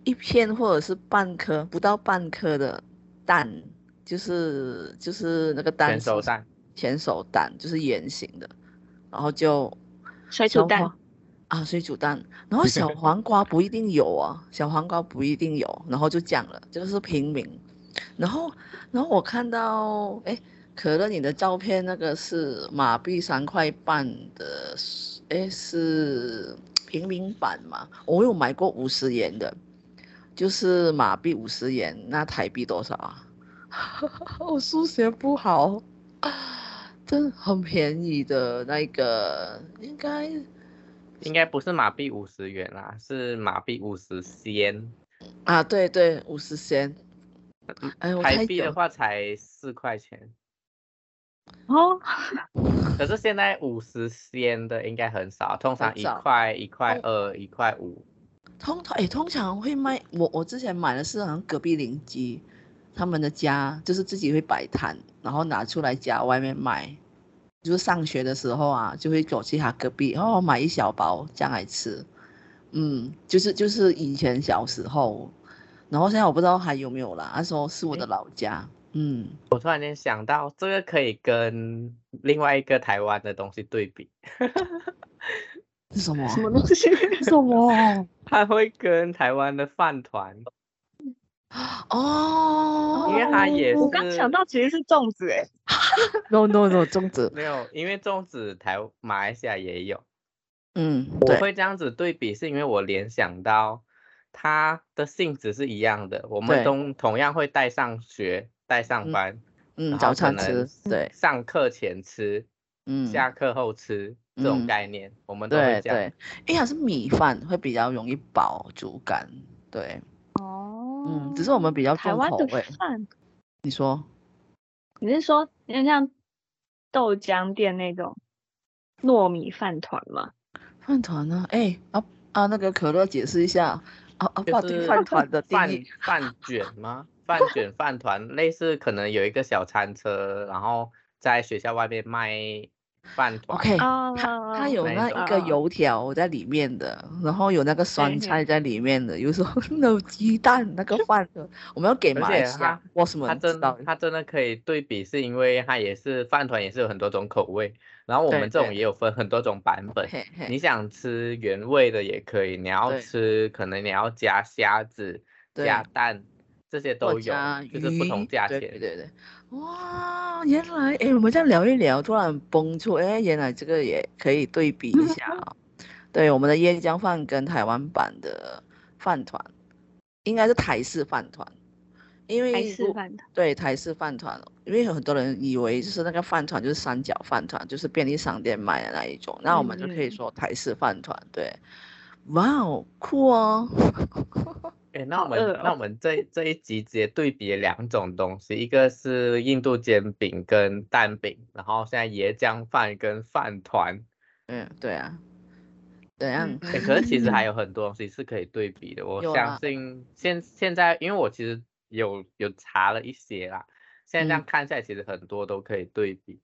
[SPEAKER 3] 一片或者是半颗不到半颗的蛋，就是就是那个蛋
[SPEAKER 2] 全熟
[SPEAKER 3] 是
[SPEAKER 2] 蛋，
[SPEAKER 3] 全熟蛋就是圆形的，然后就
[SPEAKER 1] 水
[SPEAKER 3] 小
[SPEAKER 1] 煮蛋
[SPEAKER 3] 黄，啊，水煮蛋，然后小黄瓜不一定有啊，小黄瓜不一定有，然后就讲了，就是平民，然后然后我看到哎，可乐你的照片那个是马币三块半的，哎是平民版嘛，我有买过五十元的，就是马币五十元，那台币多少啊？ 我数学不好，真很便宜的那个，应该
[SPEAKER 2] 应该不是马币五十元啦，是马币五十仙，
[SPEAKER 3] 啊，对对，五十仙。哎，我
[SPEAKER 2] 嗯台
[SPEAKER 3] 太
[SPEAKER 2] 币
[SPEAKER 3] 久
[SPEAKER 2] 的话才四块钱。
[SPEAKER 1] 哦，
[SPEAKER 2] 可是现在五十仙的应该很少，通常
[SPEAKER 3] 很
[SPEAKER 2] 一
[SPEAKER 3] 少
[SPEAKER 2] 块、一块
[SPEAKER 3] 哦
[SPEAKER 2] 二、一块五。
[SPEAKER 3] 通常哎，通常会卖我我之前买的是好像隔壁邻居他们的家，就是自己会摆摊，然后拿出来家外面卖。就是上学的时候啊，就会走去他隔壁，然后买一小包这样来吃。嗯，就是就是以前小时候，然后现在我不知道还有没有啦。那时候是我的
[SPEAKER 2] 哎
[SPEAKER 3] 老家，嗯，
[SPEAKER 2] 我突然间想到，这个可以跟另外一个台湾的东西对比，
[SPEAKER 3] 是什么？
[SPEAKER 1] 什么东西？
[SPEAKER 3] 什么？
[SPEAKER 2] 它会跟台湾的饭团，
[SPEAKER 3] 哦，
[SPEAKER 2] 因为它也
[SPEAKER 1] 我刚
[SPEAKER 2] 是
[SPEAKER 1] 想到其实是粽子哎，
[SPEAKER 3] no no no 粽子，
[SPEAKER 2] 没有，因为粽子台马来西亚也有。
[SPEAKER 3] 嗯，
[SPEAKER 2] 我
[SPEAKER 3] 对，
[SPEAKER 2] 会这样子对比，是因为我联想到它的性质是一样的，我
[SPEAKER 3] 对
[SPEAKER 2] 们同同样会带上学、带上
[SPEAKER 3] 嗯
[SPEAKER 2] 班，
[SPEAKER 3] 嗯，
[SPEAKER 2] 然
[SPEAKER 3] 早
[SPEAKER 2] 后可
[SPEAKER 3] 餐
[SPEAKER 2] 能
[SPEAKER 3] 吃，对，
[SPEAKER 2] 上课前吃，
[SPEAKER 3] 嗯，
[SPEAKER 2] 下课后吃这种
[SPEAKER 3] 嗯
[SPEAKER 2] 概念，我们都
[SPEAKER 3] 对
[SPEAKER 2] 会这样。
[SPEAKER 3] 对，因为它是米饭会比较容易饱足感，对，
[SPEAKER 1] 哦
[SPEAKER 3] 嗯，只是我们比较
[SPEAKER 1] 台
[SPEAKER 3] 重
[SPEAKER 1] 湾
[SPEAKER 3] 口
[SPEAKER 1] 的
[SPEAKER 3] 味。
[SPEAKER 1] 饭，
[SPEAKER 3] 你说
[SPEAKER 1] 你是说有点像豆浆店那种糯米饭团吗？
[SPEAKER 3] 饭团呢？哎啊啊，那个可乐解释一下，啊啊，
[SPEAKER 2] 就
[SPEAKER 3] 饭
[SPEAKER 2] 是
[SPEAKER 3] 饭 团的定
[SPEAKER 2] 饭
[SPEAKER 3] 义，
[SPEAKER 2] 饭卷吗？饭卷饭团类似，可能有一个小餐车，然后在学校外面卖饭团。
[SPEAKER 3] OK，
[SPEAKER 1] 啊，
[SPEAKER 3] 哎它它有
[SPEAKER 2] 哪一
[SPEAKER 3] 那
[SPEAKER 2] 种
[SPEAKER 3] 一个
[SPEAKER 1] 啊
[SPEAKER 3] 油条在里面的，然后有那个酸
[SPEAKER 1] 嘿
[SPEAKER 3] 菜在里面的，有时候那种鸡蛋那个饭的，我们要给
[SPEAKER 2] 而
[SPEAKER 3] 马来
[SPEAKER 2] 且
[SPEAKER 3] 西亚
[SPEAKER 2] 它
[SPEAKER 3] w a s m a
[SPEAKER 2] 它
[SPEAKER 3] n 知
[SPEAKER 2] 真
[SPEAKER 3] 道，
[SPEAKER 2] 它真的可以对比，是因为它也是饭团，也是有很多种口味。然后我
[SPEAKER 3] 对
[SPEAKER 2] 们这
[SPEAKER 3] 对
[SPEAKER 2] 种也有分很多种版本，
[SPEAKER 3] 嘿嘿，
[SPEAKER 2] 你想吃原味的也可以，你要
[SPEAKER 3] 对
[SPEAKER 2] 吃可能你要加虾子、
[SPEAKER 3] 对
[SPEAKER 2] 加蛋，这些
[SPEAKER 3] 或
[SPEAKER 2] 都有
[SPEAKER 3] 加，
[SPEAKER 2] 就是不
[SPEAKER 3] 鱼
[SPEAKER 2] 同价
[SPEAKER 3] 对
[SPEAKER 2] 钱。
[SPEAKER 3] 对对对，哇，原来哎，我们这样聊一聊，突然蹦出哎，原来这个也可以对比 一下啊。对，我们的椰浆饭跟台湾版的饭团，应该是台式饭团，因为
[SPEAKER 1] 台式
[SPEAKER 3] 如
[SPEAKER 1] 饭团，
[SPEAKER 3] 对台式饭团，因为有很多人以为就是那个饭团就是三角饭团，就是便利商店卖的那一种，那我们就可以
[SPEAKER 1] 嗯
[SPEAKER 3] 说台式饭团。对，哇哦，酷哦，
[SPEAKER 2] 哎，那我
[SPEAKER 1] 好
[SPEAKER 2] 们、
[SPEAKER 1] 饿
[SPEAKER 2] 那
[SPEAKER 1] 哦
[SPEAKER 2] 我们这这一集直接对比两种东西，一个是印度煎饼跟蛋饼，然后现在椰浆饭跟饭团。
[SPEAKER 3] 嗯，对啊，怎样？
[SPEAKER 1] 嗯
[SPEAKER 2] 欸，可是其 实还有很多东西是可以对比的。我
[SPEAKER 3] 有啦
[SPEAKER 2] 相信现现在，因为我其实有有查了一些啦，现在这
[SPEAKER 3] 嗯
[SPEAKER 2] 样看下来，其实很多都可以对比。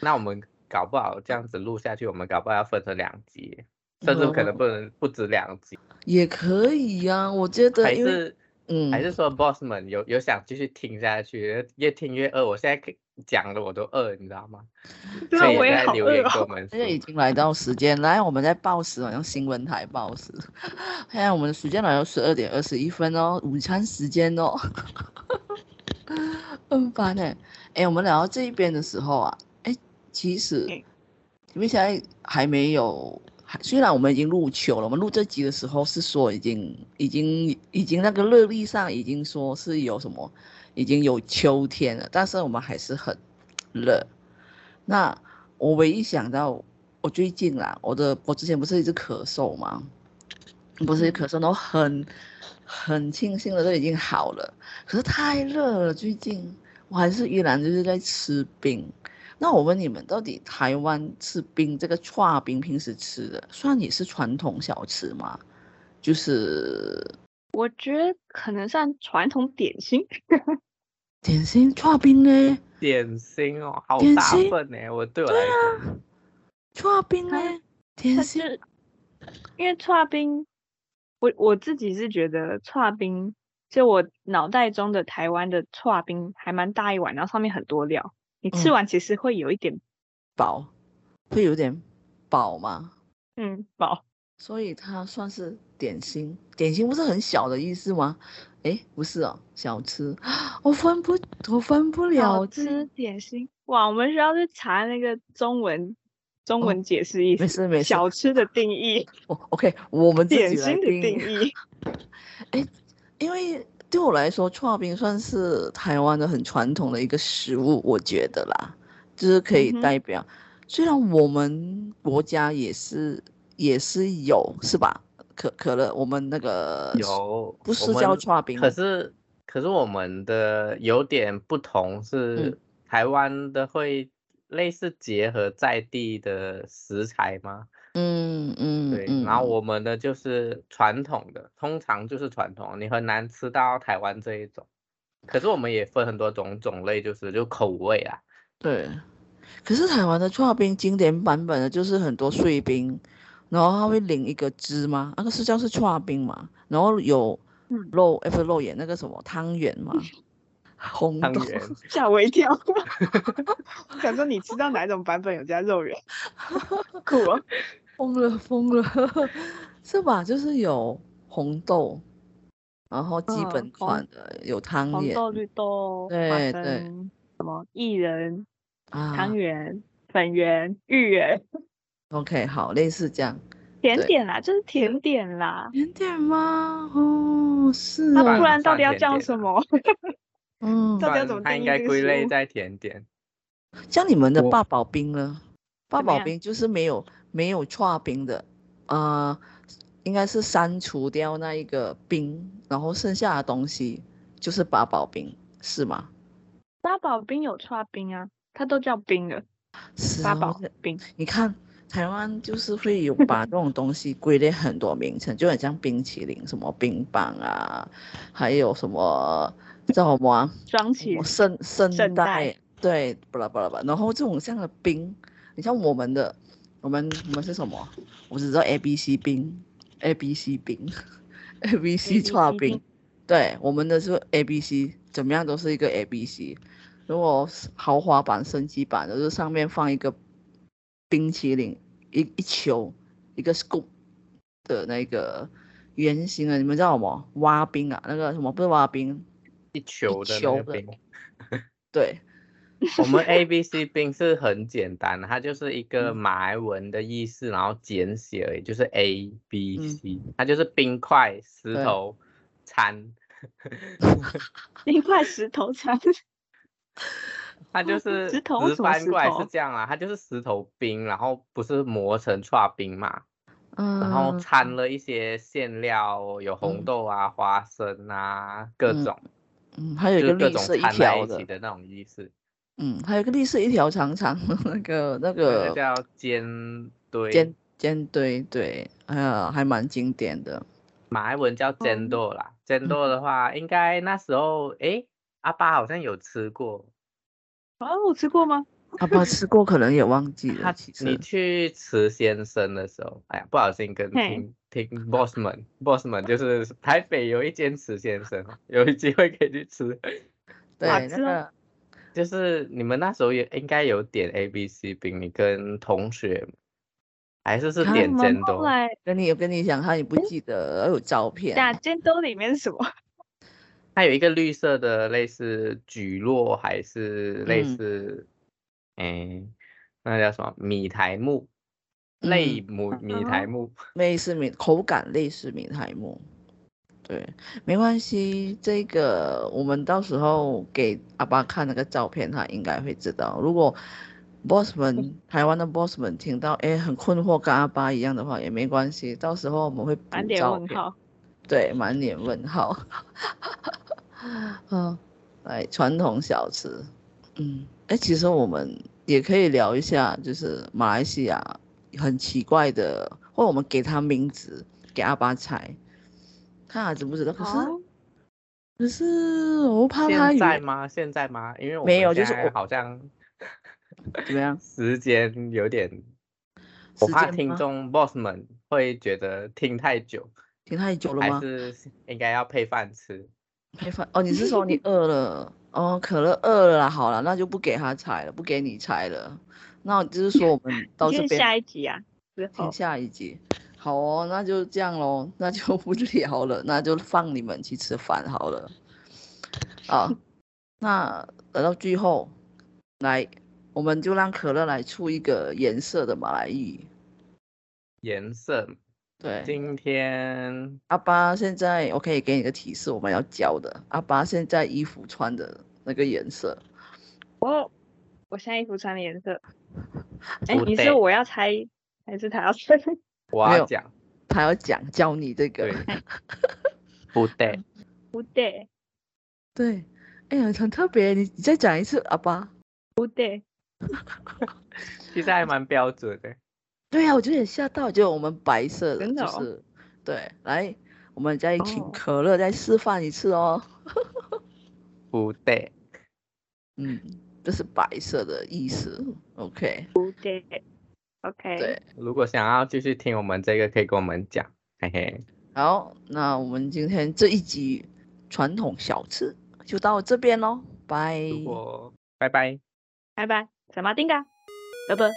[SPEAKER 2] 那我们搞不好这样子录下去，我们搞不好要分成两集，甚至可能
[SPEAKER 3] 嗯
[SPEAKER 2] 不能不止两集。
[SPEAKER 3] 也可以呀、我觉得
[SPEAKER 2] 还
[SPEAKER 3] 因为
[SPEAKER 2] 是
[SPEAKER 3] 嗯，
[SPEAKER 2] 还是说，boss 们有有想继续听下去，越听越饿。我现在讲的我都饿，你知道吗？
[SPEAKER 1] 对
[SPEAKER 2] 所
[SPEAKER 1] 啊
[SPEAKER 2] 以
[SPEAKER 1] 我也
[SPEAKER 2] 在
[SPEAKER 1] 好
[SPEAKER 2] 留
[SPEAKER 1] 饿
[SPEAKER 2] 言
[SPEAKER 1] 哦
[SPEAKER 2] 给我们
[SPEAKER 3] 现在
[SPEAKER 2] 说
[SPEAKER 3] 已经来到时间，来我们在报时，好像新闻台报时。 现在我们的时间来到十二点二十一分哦，午餐时间哦。 很烦哎、欸，哎、我们聊到这一边的时候啊，哎、其实
[SPEAKER 2] 嗯
[SPEAKER 1] 哎
[SPEAKER 3] 因为现在还没有，还虽然我们已经入秋了，我们录这集的时候是说已经已经已经那个热力上已经说是有什么已经有秋天了，但是我们还是很热。那我唯一想到，我最近啦，我的我之前不是一直咳嗽吗？不
[SPEAKER 1] 嗯
[SPEAKER 3] 是一直咳嗽，然后很很庆幸的都已经好了，可是太热了最近，我还是依然就是在吃冰。那我问你们，到底台湾吃冰这个串冰平时吃的，算也是传统小吃吗？就是
[SPEAKER 1] 我觉得可能算传统点心，
[SPEAKER 3] 点心串冰呢？
[SPEAKER 2] 点心哦，好
[SPEAKER 3] 点
[SPEAKER 2] 大
[SPEAKER 3] 心
[SPEAKER 2] 份欸呢，我对我来
[SPEAKER 3] 对
[SPEAKER 2] 说，
[SPEAKER 3] 啊，串冰呢
[SPEAKER 1] 它？
[SPEAKER 3] 点
[SPEAKER 1] 它
[SPEAKER 3] 心
[SPEAKER 1] 就是因为串冰，我我自己是觉得串冰，就我脑袋中的台湾的串冰还蛮大一碗，然后上面很多料，你吃
[SPEAKER 3] 嗯
[SPEAKER 1] 完其实会有一点
[SPEAKER 3] 饱，会有点饱吗？
[SPEAKER 1] 嗯饱，
[SPEAKER 3] 所以它算是点心，点心不是很小的意思吗？诶，不是哦，小吃，我分不，我分不了
[SPEAKER 1] 小
[SPEAKER 3] 这，
[SPEAKER 1] 吃点心。哇，我们需要去查那个中文中
[SPEAKER 3] 哦
[SPEAKER 1] 文解释意思，
[SPEAKER 3] 没事没事
[SPEAKER 1] 小吃的定义，
[SPEAKER 3] 我哦 OK，我们自己
[SPEAKER 1] 点
[SPEAKER 3] 来
[SPEAKER 1] 心的定义，
[SPEAKER 3] 因为对我来说，串冰算是台湾的很传统的一个食物，我觉得啦，就是可以
[SPEAKER 1] 嗯哼
[SPEAKER 3] 代表。虽然我们国家也是也是有是吧？可可乐，我们那个
[SPEAKER 2] 有
[SPEAKER 3] 不是
[SPEAKER 2] 我
[SPEAKER 3] 叫
[SPEAKER 2] 们
[SPEAKER 3] 串冰
[SPEAKER 2] 可
[SPEAKER 3] 吗，
[SPEAKER 2] 是可是我们的有点不同是，
[SPEAKER 3] 嗯
[SPEAKER 2] 台湾的会类似结合在地的食材吗？
[SPEAKER 3] 嗯嗯
[SPEAKER 2] 对，
[SPEAKER 3] 嗯，
[SPEAKER 2] 然后我们的就是传统的，通常就是传统，你很难吃到台湾这一种。可是我们也分很多种种类，就是就口味啊，
[SPEAKER 3] 对，可是台湾的刨冰经典版本的就是很多碎冰，然后它会淋一个汁嘛，那个是叫是刨冰嘛，然后有
[SPEAKER 1] 嗯
[SPEAKER 3] 肉，哎不是肉眼那个什么汤圆嘛， 红
[SPEAKER 2] 汤
[SPEAKER 3] 豆，
[SPEAKER 2] 圆
[SPEAKER 1] 吓我一 跳。我想说你知道哪种版本有加肉圆？ 酷哦，
[SPEAKER 3] 疯了疯了， 是吧？就是有红豆，然后基
[SPEAKER 1] 嗯
[SPEAKER 3] 本
[SPEAKER 1] 红
[SPEAKER 3] 款的有汤
[SPEAKER 1] 红
[SPEAKER 3] 圆
[SPEAKER 1] 豆、绿豆、花
[SPEAKER 3] 嗯对对
[SPEAKER 1] 生、什么薏仁、
[SPEAKER 3] 啊
[SPEAKER 1] 汤圆、粉圆、芋圆、
[SPEAKER 3] ，OK 好，类似这样，
[SPEAKER 1] 甜
[SPEAKER 3] 对嗯
[SPEAKER 1] 点啦，就是甜点啦。
[SPEAKER 3] 甜点吗？哦，是
[SPEAKER 1] 那
[SPEAKER 2] 算
[SPEAKER 1] 不
[SPEAKER 3] 哦，
[SPEAKER 1] 然到底要
[SPEAKER 2] 算甜
[SPEAKER 1] 叫
[SPEAKER 2] 点
[SPEAKER 1] 什
[SPEAKER 2] 啊
[SPEAKER 1] 么？
[SPEAKER 3] 嗯，
[SPEAKER 1] 到底要
[SPEAKER 2] 算
[SPEAKER 1] 怎么
[SPEAKER 2] 它
[SPEAKER 1] 定
[SPEAKER 2] 应
[SPEAKER 1] 义
[SPEAKER 2] 该
[SPEAKER 1] 这个
[SPEAKER 2] 归
[SPEAKER 1] 食物
[SPEAKER 2] 类在甜点。
[SPEAKER 3] 像你们的
[SPEAKER 2] 我
[SPEAKER 3] 八宝冰呢？八
[SPEAKER 1] 怎么
[SPEAKER 3] 宝
[SPEAKER 1] 样
[SPEAKER 3] 冰就是没有没有串冰的，呃，应该是删除掉那一个冰，然后剩下的东西就是八宝冰，是吗？
[SPEAKER 1] 八宝冰有串冰啊，它都叫冰了。
[SPEAKER 3] 是
[SPEAKER 1] 八
[SPEAKER 3] 啊，
[SPEAKER 1] 宝
[SPEAKER 3] 我在
[SPEAKER 1] 冰，
[SPEAKER 3] 你看台湾就是会有把这种东西 归类很多名称，就很像冰淇淋、什么冰棒啊，还有什么叫什么啊、
[SPEAKER 1] 双起
[SPEAKER 3] 我圣圣
[SPEAKER 1] 圣
[SPEAKER 3] 代
[SPEAKER 1] 代，
[SPEAKER 3] 对，巴拉巴拉巴拉。然后这种像的冰，你像我们的，我们我们是什么？我只知道 A B C 冰，A B C 冰，A B C 串
[SPEAKER 1] ABC
[SPEAKER 3] 冰
[SPEAKER 1] 冰。
[SPEAKER 3] 对，我们的是 A B C，怎么样都是一个 A B C。如果是豪华版、升级版的，就是上面放一个冰淇淋，一一球，一个 scoop 的那个圆形的，你们知道什么？挖冰啊，那个什么不是挖冰，
[SPEAKER 2] 一球的
[SPEAKER 3] 球
[SPEAKER 2] 那
[SPEAKER 3] 的
[SPEAKER 2] 个冰，
[SPEAKER 3] 对，
[SPEAKER 2] 我们 A B C 冰是很简单的，它就是一个
[SPEAKER 3] 嗯
[SPEAKER 2] 马来文的意思，然后简写而已，就是 A B
[SPEAKER 3] 嗯
[SPEAKER 2] C，、它就是冰块、石
[SPEAKER 3] 对
[SPEAKER 2] 头、餐，
[SPEAKER 1] 一块石头餐。
[SPEAKER 2] 它就
[SPEAKER 1] 哦
[SPEAKER 2] 是
[SPEAKER 1] 石头什么
[SPEAKER 2] 翻
[SPEAKER 1] 石
[SPEAKER 2] 过来
[SPEAKER 1] 头
[SPEAKER 2] 是这样啊啦，它就是石头冰，然后不是磨成串冰嘛，
[SPEAKER 3] 嗯，
[SPEAKER 2] 然后掺了一些馅料，有
[SPEAKER 3] 嗯
[SPEAKER 2] 红豆啊、花生啊各
[SPEAKER 3] 嗯
[SPEAKER 2] 种，
[SPEAKER 3] 嗯，还有一
[SPEAKER 2] 就是各
[SPEAKER 3] 个绿
[SPEAKER 2] 种
[SPEAKER 3] 色一
[SPEAKER 2] 掺在
[SPEAKER 3] 条
[SPEAKER 2] 一
[SPEAKER 3] 的
[SPEAKER 2] 起，的那种意思，
[SPEAKER 3] 嗯，还有一个绿色一条长长的那个那
[SPEAKER 2] 那个
[SPEAKER 3] 个
[SPEAKER 2] 叫煎堆，
[SPEAKER 3] 尖尖堆，对，哎呀，还蛮经典的。
[SPEAKER 2] 马来文叫
[SPEAKER 1] 嗯
[SPEAKER 2] Jendo 啦，Jendo 的话，应该那时候诶，阿爸好像有吃过，
[SPEAKER 1] 啊，我吃过吗？
[SPEAKER 3] 阿爸吃过，可能也忘记
[SPEAKER 2] 他
[SPEAKER 3] 了，其
[SPEAKER 2] 你
[SPEAKER 3] 实
[SPEAKER 2] 去吃先生的时候，哎呀，不小心跟
[SPEAKER 1] 嘿
[SPEAKER 2] 听听 Bossman，Bossman 就是台北有一间吃先生，有机会可以去吃，
[SPEAKER 3] 对
[SPEAKER 1] 哪
[SPEAKER 3] 那
[SPEAKER 1] 知道
[SPEAKER 3] 个
[SPEAKER 2] 就是你们那时候也应该有点 A B C 饼，你跟同学还是是
[SPEAKER 3] 看
[SPEAKER 2] 点
[SPEAKER 1] 我啊们后
[SPEAKER 2] Jendo，
[SPEAKER 1] 来
[SPEAKER 3] 跟你有跟你讲，他也不记得，还有照片，
[SPEAKER 1] 打尖兜里面是什么？
[SPEAKER 2] 它有一个绿色的类似菊络还是类
[SPEAKER 3] 嗯
[SPEAKER 2] 似，诶，那叫什么米苔木？类
[SPEAKER 3] 嗯
[SPEAKER 2] 母米苔
[SPEAKER 1] 哦
[SPEAKER 2] 木，
[SPEAKER 3] 类似米口感类似米苔木，对，没关系，这个我们到时候给阿爸看那个照片，他应该会知道。如果 boss
[SPEAKER 1] 嗯
[SPEAKER 3] 们台湾的 boss 们听到，哎，很困惑，跟阿爸一样的话也没关系，到时候我们会补
[SPEAKER 1] 满点
[SPEAKER 3] 照
[SPEAKER 1] 问
[SPEAKER 3] 片，
[SPEAKER 1] 号。
[SPEAKER 3] 对，满脸问号。嗯，来传统小吃，嗯，哎，其实我们也可以聊一下，就是马来西亚很奇怪的，或我们给它名字，给阿巴菜，看他知不知道。可是、
[SPEAKER 1] 哦
[SPEAKER 3] 可是我怕他
[SPEAKER 2] 现
[SPEAKER 3] 以
[SPEAKER 2] 在
[SPEAKER 3] 为
[SPEAKER 2] 吗？现在吗？因为我
[SPEAKER 3] 没
[SPEAKER 2] 们
[SPEAKER 3] 有就
[SPEAKER 2] 现
[SPEAKER 3] 是
[SPEAKER 2] 在
[SPEAKER 3] 我
[SPEAKER 2] 好像
[SPEAKER 3] 怎么样？
[SPEAKER 2] 时间有点，我
[SPEAKER 3] 时
[SPEAKER 2] 怕
[SPEAKER 3] 间
[SPEAKER 2] 听
[SPEAKER 3] 吗
[SPEAKER 2] 众 boss 们会觉得听太久，
[SPEAKER 3] 停太久了
[SPEAKER 2] 还
[SPEAKER 3] 吗？
[SPEAKER 2] 是应该要配饭吃。
[SPEAKER 3] 没法哦，你是说你饿了？哦，可乐饿了啦，好了，那就不给他猜了，不给你猜了。那就是说我们到
[SPEAKER 1] 你
[SPEAKER 3] 这
[SPEAKER 1] 看
[SPEAKER 3] 边嗯
[SPEAKER 1] 下一集啊，之后
[SPEAKER 3] 听下一集。好哦，那就这样喽，那就不聊了，那就放你们去吃饭好了。啊，那等到最后，来，我们就让可乐来出一个颜色的马来语。
[SPEAKER 2] 颜色，
[SPEAKER 3] 对，
[SPEAKER 2] 今天
[SPEAKER 3] 阿巴现在我可以给你个提示，我们要教的。阿巴现在衣服穿的那个颜色，
[SPEAKER 1] 我现在衣服穿的颜色， 哎，
[SPEAKER 2] 不
[SPEAKER 1] 你
[SPEAKER 2] 对
[SPEAKER 1] 是我要猜还是他要猜？
[SPEAKER 2] 我
[SPEAKER 3] 没
[SPEAKER 2] 要
[SPEAKER 3] 有
[SPEAKER 2] 讲
[SPEAKER 3] 他要讲教你这个
[SPEAKER 2] 对。 不对，
[SPEAKER 1] 不对，
[SPEAKER 3] 对，哎呀，很特别，你你再讲一次，阿巴。
[SPEAKER 1] 不对，
[SPEAKER 2] 其实还蛮标准 的。
[SPEAKER 3] 对啊呀、我就也吓到，就我们白色的，
[SPEAKER 1] 真的
[SPEAKER 3] 就
[SPEAKER 1] 哦
[SPEAKER 3] 是对，来，我们再请
[SPEAKER 1] 哦
[SPEAKER 3] 可乐再示范一次哦。
[SPEAKER 2] 不对，
[SPEAKER 3] 嗯，这是白色的意思。OK，
[SPEAKER 1] 不对，OK，
[SPEAKER 3] 对，
[SPEAKER 2] 如果想要继续听我们这个，可以跟我们讲，嘿嘿。
[SPEAKER 3] 好，那我们今天这一集传统小吃就到这边喽，拜。
[SPEAKER 2] 如果拜拜。
[SPEAKER 1] 拜拜，什么丁嘎，拜拜。